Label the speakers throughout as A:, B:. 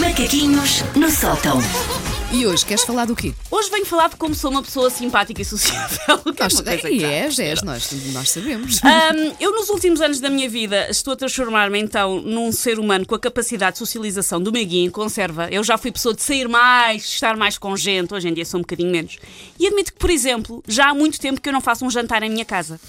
A: Macaquinhos no sótão.
B: E hoje queres falar do quê?
C: Hoje venho falar de como sou uma pessoa simpática e sociável. que é
B: Nós,
C: uma coisa Ah.
B: e
C: que está.
B: és, és, nós, nós sabemos.
C: Ahm, eu, nos últimos anos da minha vida, estou a transformar-me então num ser humano com a capacidade de socialização do meu guia em conserva. Eu já fui pessoa de sair mais, estar mais com gente, hoje em dia sou um bocadinho menos. E admito que, por exemplo, já há muito tempo que eu não faço um jantar em minha casa.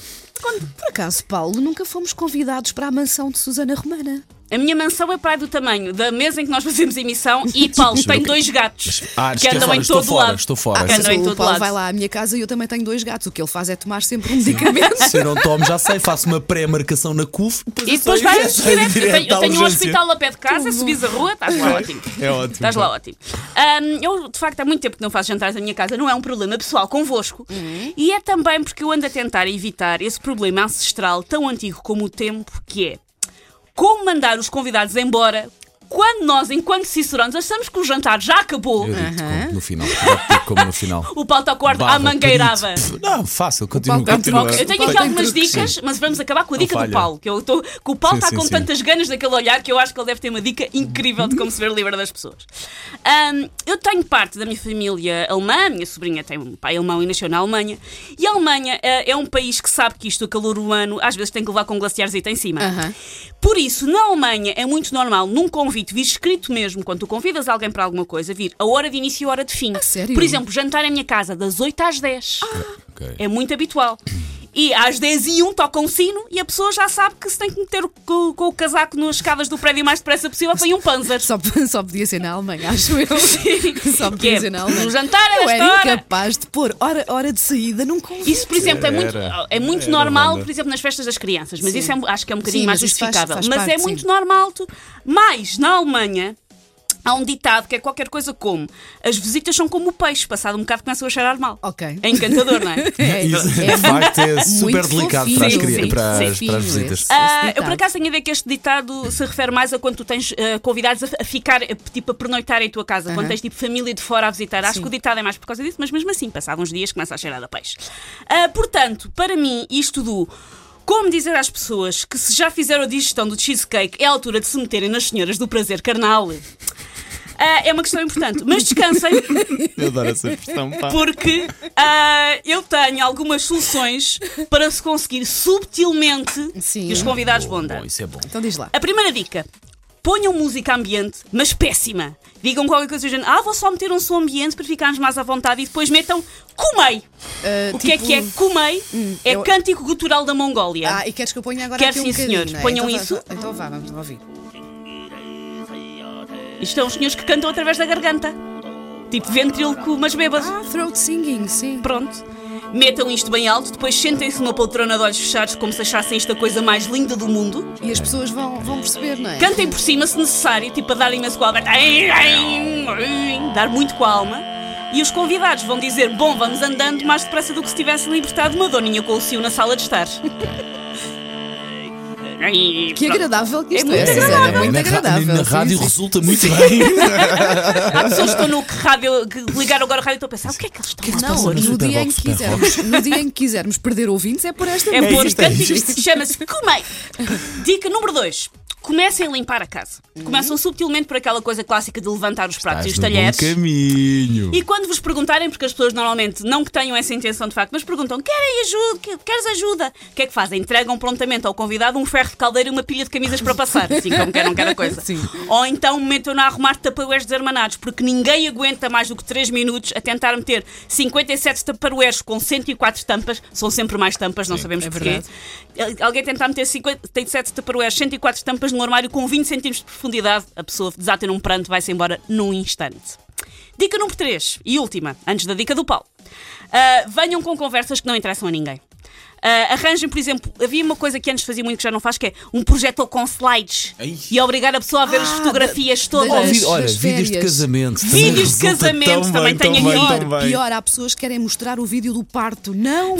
B: Por acaso, Paulo, nunca fomos convidados para a mansão de Susana Romana.
C: A minha mansão é praia do tamanho da mesa em que nós fazemos a emissão e Paulo tem dois gatos
D: Ah,
C: que
D: estou
C: andam
D: fora,
C: em
D: estou
C: todo
D: fora,
C: lado.
D: estou fora.
C: Que andam em
B: o
C: todo
B: Paulo
C: lado.
B: vai lá à minha casa e eu também tenho dois gatos. O que ele faz é tomar sempre um medicamento.
D: Se eu não tomo, já sei, faço uma pré-marcação na CUF depois
C: E
D: eu
C: depois
D: saio-
C: vai direto.
D: saio
C: Eu tenho,
D: direto à
C: eu tenho um
D: urgência.
C: hospital a pé de casa, subis a rua, estás lá ótimo.
D: É ótimo.
C: Estás lá ótimo. Ahm, eu, de facto, há muito tempo que não faço jantares na minha casa, não é um problema pessoal convosco.
D: Uhum.
C: E é também porque eu ando a tentar evitar esse problema ancestral tão antigo como o tempo, que é como mandar os convidados embora quando nós, enquanto cicerones, achamos que o jantar já acabou.
D: Eu digo como no final. Eu digo como no final.
C: O pau corte à
D: Barra,
C: mangueirada.
D: perito. Pff, Não, fácil, continua.
B: O Paulo
D: continua.
B: Carvalho.
C: Eu tenho aqui
B: Tem
C: algumas
B: truques,
C: dicas, mas vamos acabar com a
D: Não
C: dica do
D: falha.
C: Paulo. Que, eu estou que o Paulo
D: Sim,
C: está
D: sim,
C: com
D: sim.
C: tantas ganas daquele olhar que eu acho que ele deve ter uma dica incrível de como se ver livre das pessoas. Ahm, eu tenho parte da minha família alemã, a minha sobrinha tem um pai alemão e nasceu na Alemanha. E a Alemanha eh, é um país que sabe que isto, o calor humano, às vezes tem que levar com glaciares em cima.
B: Aham.
C: Por isso, na Alemanha é muito normal, num convite, vir escrito mesmo, quando tu convidas alguém para alguma coisa, vir a hora de início e a hora de fim.
B: Ah, sério?
C: Por exemplo, jantar em minha casa das 8 às 10.
D: Ah, Ok.
C: É muito habitual. E às 10 e 1 toca um sino e a pessoa já sabe que se tem que meter o- co- com o casaco nas escadas do prédio o mais depressa possível para ir um panzer.
B: Só, só podia ser na Alemanha, acho eu. Só
C: Que
B: podia
C: é,
B: ser na Alemanha.
C: um jantar a
B: eu
C: esta
B: era
C: hora.
B: incapaz de pôr hora, hora de saída num convite.
C: Isso, por exemplo, é muito,
D: Era.
C: é muito
D: Era,
C: normal,
D: Wanda.
C: por exemplo, nas festas das crianças, mas
B: Sim.
C: isso é um- acho que é um bocadinho
B: Sim,
C: mais
B: mas isso faz-
C: justificável.
B: faz
C: mas
B: parte,
C: é muito
B: sim.
C: normal. Tu... Mas, na Alemanha, há um ditado que é qualquer coisa como: as visitas são como o peixe, passado um bocado começam a cheirar mal.
B: Ok.
C: É encantador, não é?
B: É,
D: Isso,
B: é
D: de facto, é super
B: muito
D: delicado
B: fofinho.
D: para as,
C: Sim,
D: cri-
C: sim,
D: para as-
B: sim.
D: para as
B: Fofinho
D: visitas.
B: esse.
C: Ah,
B: ditado.
C: eu por acaso tenho a ver que este ditado se refere mais a quando tu tens ah, convidados a, a ficar, a, tipo, a pernoitar em tua casa, quando tens tipo família de fora a visitar. Acho
B: Sim.
C: que o ditado é mais por causa disso, mas mesmo assim, passavam uns dias, começa a cheirar a peixe. Ah, portanto, para mim, isto do. Como dizer às pessoas que se já fizeram a digestão do cheesecake é a altura de se meterem nas senhoras do prazer carnal? ah, é uma questão importante. Mas descansem,
D: Eu adoro essa expressão. pá.
C: porque ah, eu tenho algumas soluções para se conseguir subtilmente
B: Sim.
C: que os convidados
D: Bom,
C: vão dar.
D: bom, isso é bom.
B: Então diz lá.
C: A primeira dica: ponham música ambiente, mas péssima. Digam qualquer coisa do género. Ah, vou só meter um som ambiente para ficarmos mais à vontade e depois metam Kumei.
B: Ah,
C: o que é
B: tipo- hum,
C: que é Kumei? é
B: eu-
C: cântico gutural da Mongólia.
B: Ah, e queres que eu ponha agora
C: Quero
B: aqui um
C: sim,
B: bocadinho,
C: senhor.
B: não é?
C: Ponham
B: Então vá,
C: isso.
B: Então vá, vamos ouvir.
C: Isto são os senhores que cantam através da garganta. Tipo ventríloco, mas bêbado.
B: Ah, throat singing, sim.
C: Pronto. Metam isto bem alto, depois sentem-se numa poltrona de olhos fechados como se achassem isto a coisa mais linda do mundo.
B: E as pessoas vão, vão perceber, não é?
C: Cantem por cima se necessário, tipo a dar imenso com a alma. Dar muito com a alma. E os convidados vão dizer: Bom, vamos andando mais depressa do que se tivessem libertado uma doninha com o cio na sala de estar.
B: Que agradável que isto
C: É
B: é.
C: muito
B: Susana,
D: É,
B: muito
D: na, ra-
B: agradável.
D: na
B: sim,
D: rádio
B: sim.
D: resulta muito bem.
C: Há pessoas que estão no rádio, que ligaram agora o rádio e estão a pensar: O que é que eles estão a
B: Não,
D: Passa no
B: no dia, em
D: Superbox,
B: que quisermos, no dia em que quisermos perder ouvintes é por esta
C: É
B: música.
C: por
D: isto, é
C: tanto
D: isto.
C: isto chama-se comei. Dica número 2. Comecem a limpar a casa. Começam subtilmente por aquela coisa clássica de levantar os pratos e os
D: Uhum. no um bom
C: talheres.
D: caminho.
C: E quando vos perguntarem, porque as pessoas normalmente não que tenham essa intenção de facto, mas perguntam: querem ajuda? Que- Queres ajuda? O que é que fazem? Entregam prontamente ao convidado um ferro de caldeira e uma pilha de camisas para passar, assim como queiram cada coisa.
B: Sim.
C: Ou então metam-na a arrumar taparueres desarmanados, porque ninguém aguenta mais do que 3 minutos a tentar meter 57 taparueres com 104 tampas, são sempre mais tampas, não sabemos
B: é
C: porquê. Alguém tentar meter 57 taparueres, 104 tampas num armário com 20 centímetros de profundidade, a pessoa desata num pranto, vai-se embora num instante. Dica número 3 e última, antes da dica do Paulo. Ah, venham com conversas que não interessam a ninguém. Ah, arranjem, por exemplo, havia uma coisa que antes fazia muito que já não faz, que é um projetor com slides
D: Ei.
C: e obrigar a pessoa a ver as
B: Ah,
C: fotografias
D: Oh,
C: todas.
B: das-
D: vi- olha,
B: das
D: vídeos de
B: férias.
D: casamento. também
C: Vídeos de
D: resulta
C: casamento
D: tão bem,
C: também
D: tão
C: tenho
D: bem,
C: aqui.
D: tão bem.
B: Pior, há pessoas que querem mostrar o vídeo do parto. Não!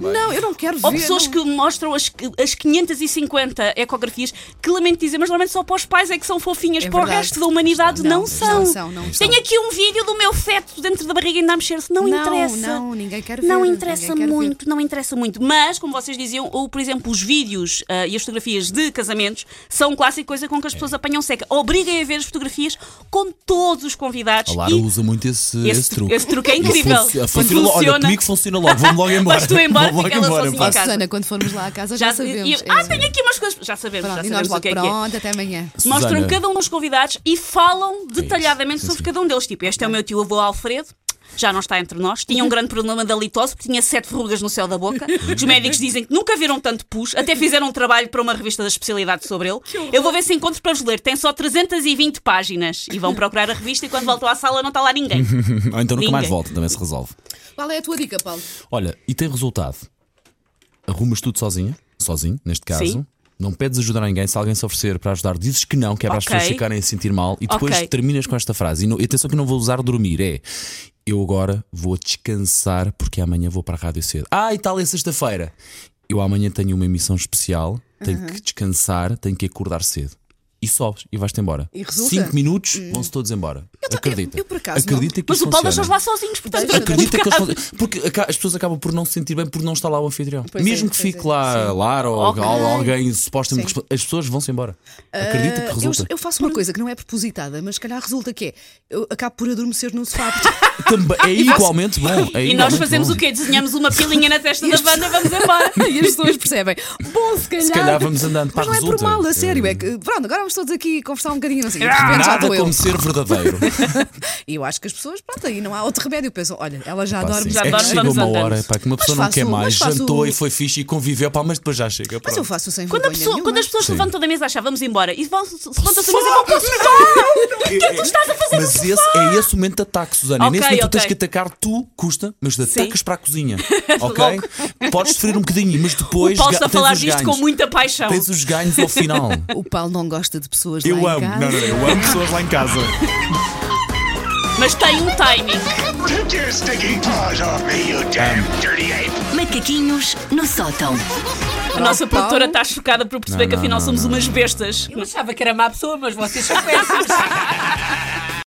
B: Não, eu não quero ver.
C: Ou pessoas
B: não.
C: que mostram as, as 550 ecografias que lamento dizer, mas normalmente só para os pais é que são fofinhas,
B: É
C: para o
B: verdade.
C: resto da humanidade
B: Não,
C: não,
B: não
C: são.
B: são, não são.
C: Tenho aqui um vídeo do meu feto dentro da barriga ainda a mexer-se, não,
B: Não,
C: interessa.
B: não, ninguém quer ver,
C: Não
B: ninguém
C: interessa
B: quer ver.
C: muito, não interessa gosto muito, mas, como vocês diziam, ou, por exemplo, os vídeos ah, e as fotografias de casamentos são um clássico coisa com que as pessoas apanham seca. Obriguem a ver as fotografias com todos os convidados.
D: A Lara
C: e
D: usa muito esse, esse,
C: esse
D: truque.
C: esse truque é
D: E
C: incrível.
D: funci-
C: Quando
D: funciona logo. Olha,
C: funciona-
D: comigo funciona logo. Vamos logo embora.
C: Vais tu embora,
D: Vamos
C: fica ela sozinha.
B: Ó,
D: pá.
C: casa.
B: Susana, quando formos lá à casa já,
C: já,
B: sabemos.
C: e-
B: É
C: ah,
B: isso.
C: tenho aqui umas coisas. Já sabemos, já
B: Pronto, e nós
C: sabemos
B: logo,
C: o que é que é.
B: pronto, até amanhã.
D: Susana. É
C: Mostram cada um dos convidados e falam detalhadamente
D: sim,
C: sobre
D: sim.
C: cada um deles. Tipo, este é o meu tio avô Alfredo. Já não está entre nós. Tinha um grande problema da litose, porque tinha sete verrugas no céu da boca. Os médicos dizem que nunca viram tanto pus, até fizeram um trabalho para uma revista da especialidade sobre ele. Eu vou ver se encontro para vos ler. Tem só 320 páginas. E vão procurar a revista e quando voltam à sala não está lá ninguém.
D: Ou então nunca mais
C: Ninguém.
D: volta, também se resolve.
B: Qual é a tua dica, Paulo?
D: Olha, e tem resultado. Arrumas tudo sozinha, sozinho, neste caso.
C: Sim.
D: Não pedes ajuda a ninguém. Se alguém se oferecer para ajudar, dizes que não, que é para as
C: Ok.
D: pessoas ficarem a sentir mal. E depois
C: Ok.
D: terminas com esta frase. E, não- e atenção que eu não vou usar dormir, é. Eu agora vou descansar porque amanhã vou para a rádio cedo. Ah, e tal é sexta-feira. Eu amanhã tenho uma emissão especial, tenho
B: Uhum.
D: que descansar, tenho que acordar cedo. E sobes e vais-te embora.
B: E resulta? Hum.
D: Cinco minutos vão-se todos embora. Acredita.
B: eu por acaso não.
D: Acredita que
C: Mas
D: isso
C: o Paulo
D: funciona.
C: deixou-os lá sozinhos, portanto.
B: Deixa.
D: Acredita que eles fazem. Porque aca- as pessoas acabam por não se sentir bem por não estar lá o anfitrião.
B: Pois
D: Mesmo
B: é,
D: que
B: pois
D: fique
B: é,
D: lá, Lara ou
C: Ok.
D: al- alguém supostamente.
B: Sim.
D: responde- As pessoas vão-se embora. Acredita que
B: Ah,
D: resulta.
B: Eu, eu faço uma coisa que não é propositada, mas se calhar resulta que é. Eu acabo por adormecer no sofá. portanto,
D: Também, é igualmente bom. é
C: E nós
D: igualmente
C: fazemos
D: bom.
C: o quê? Desenhamos uma pilinha na testa da banda e vamos embora.
B: e as pessoas percebem. Bom, se calhar.
D: Se calhar vamos andando
B: Mas
D: para
B: não é por
D: resulta. Eh, Ah,
B: mal, a sério. É que, pronto, agora vamos todos aqui conversar um bocadinho. Não sei, de repente já
D: Nada
B: estou eu.
D: como ser verdadeiro.
B: E eu acho que as pessoas, pronto, aí não há outro remédio. Pensam, olha, ela já
D: Pá,
B: dorme.
D: sim.
C: Já
D: é que
C: dorme,
D: chega
C: vamos
D: uma
C: andando. um,
D: hora pá, que uma pessoa
B: Mas
D: não quer
B: faço-
D: mais,
B: mas faço-
D: jantou e foi fixe e conviveu, pá, mas depois já chega.
B: Mas
D: pronto.
B: eu faço sem
C: Quando, a
B: vergonha
C: pessoa-
B: nenhuma.
C: quando as pessoas
D: Sim.
C: levantam da mesa a achar, vamos embora. E vão, se se levantam da mesa, vão para o sofá.
D: Mas esse, é esse o momento de ataque, Susana. E
C: um. Ok,
D: nesse momento tu tens
C: ok.
D: que atacar, tu custa, mas atacas para a cozinha. Ok? Podes sofrer um bocadinho, mas depois.
C: o Paulo
D: ga-
C: está a
D: tens
C: falar
D: os
C: disto
D: ganhos.
C: com muita paixão.
D: Tens os ganhos ao final.
B: O Paulo não gosta de pessoas lá
D: Eu
B: em
D: amo. Não,
B: casa.
D: não, não, eu amo pessoas lá em casa.
C: Mas tem um timing.
E: Take your stinking paws off me, you damn dirty ape!
A: Macaquinhos no sótão.
C: A nossa
B: Paulo.
C: produtora está chocada por perceber
D: Não,
C: que afinal
D: não,
C: somos umas bestas.
F: Eu achava que era má pessoa, mas vocês são péssimos.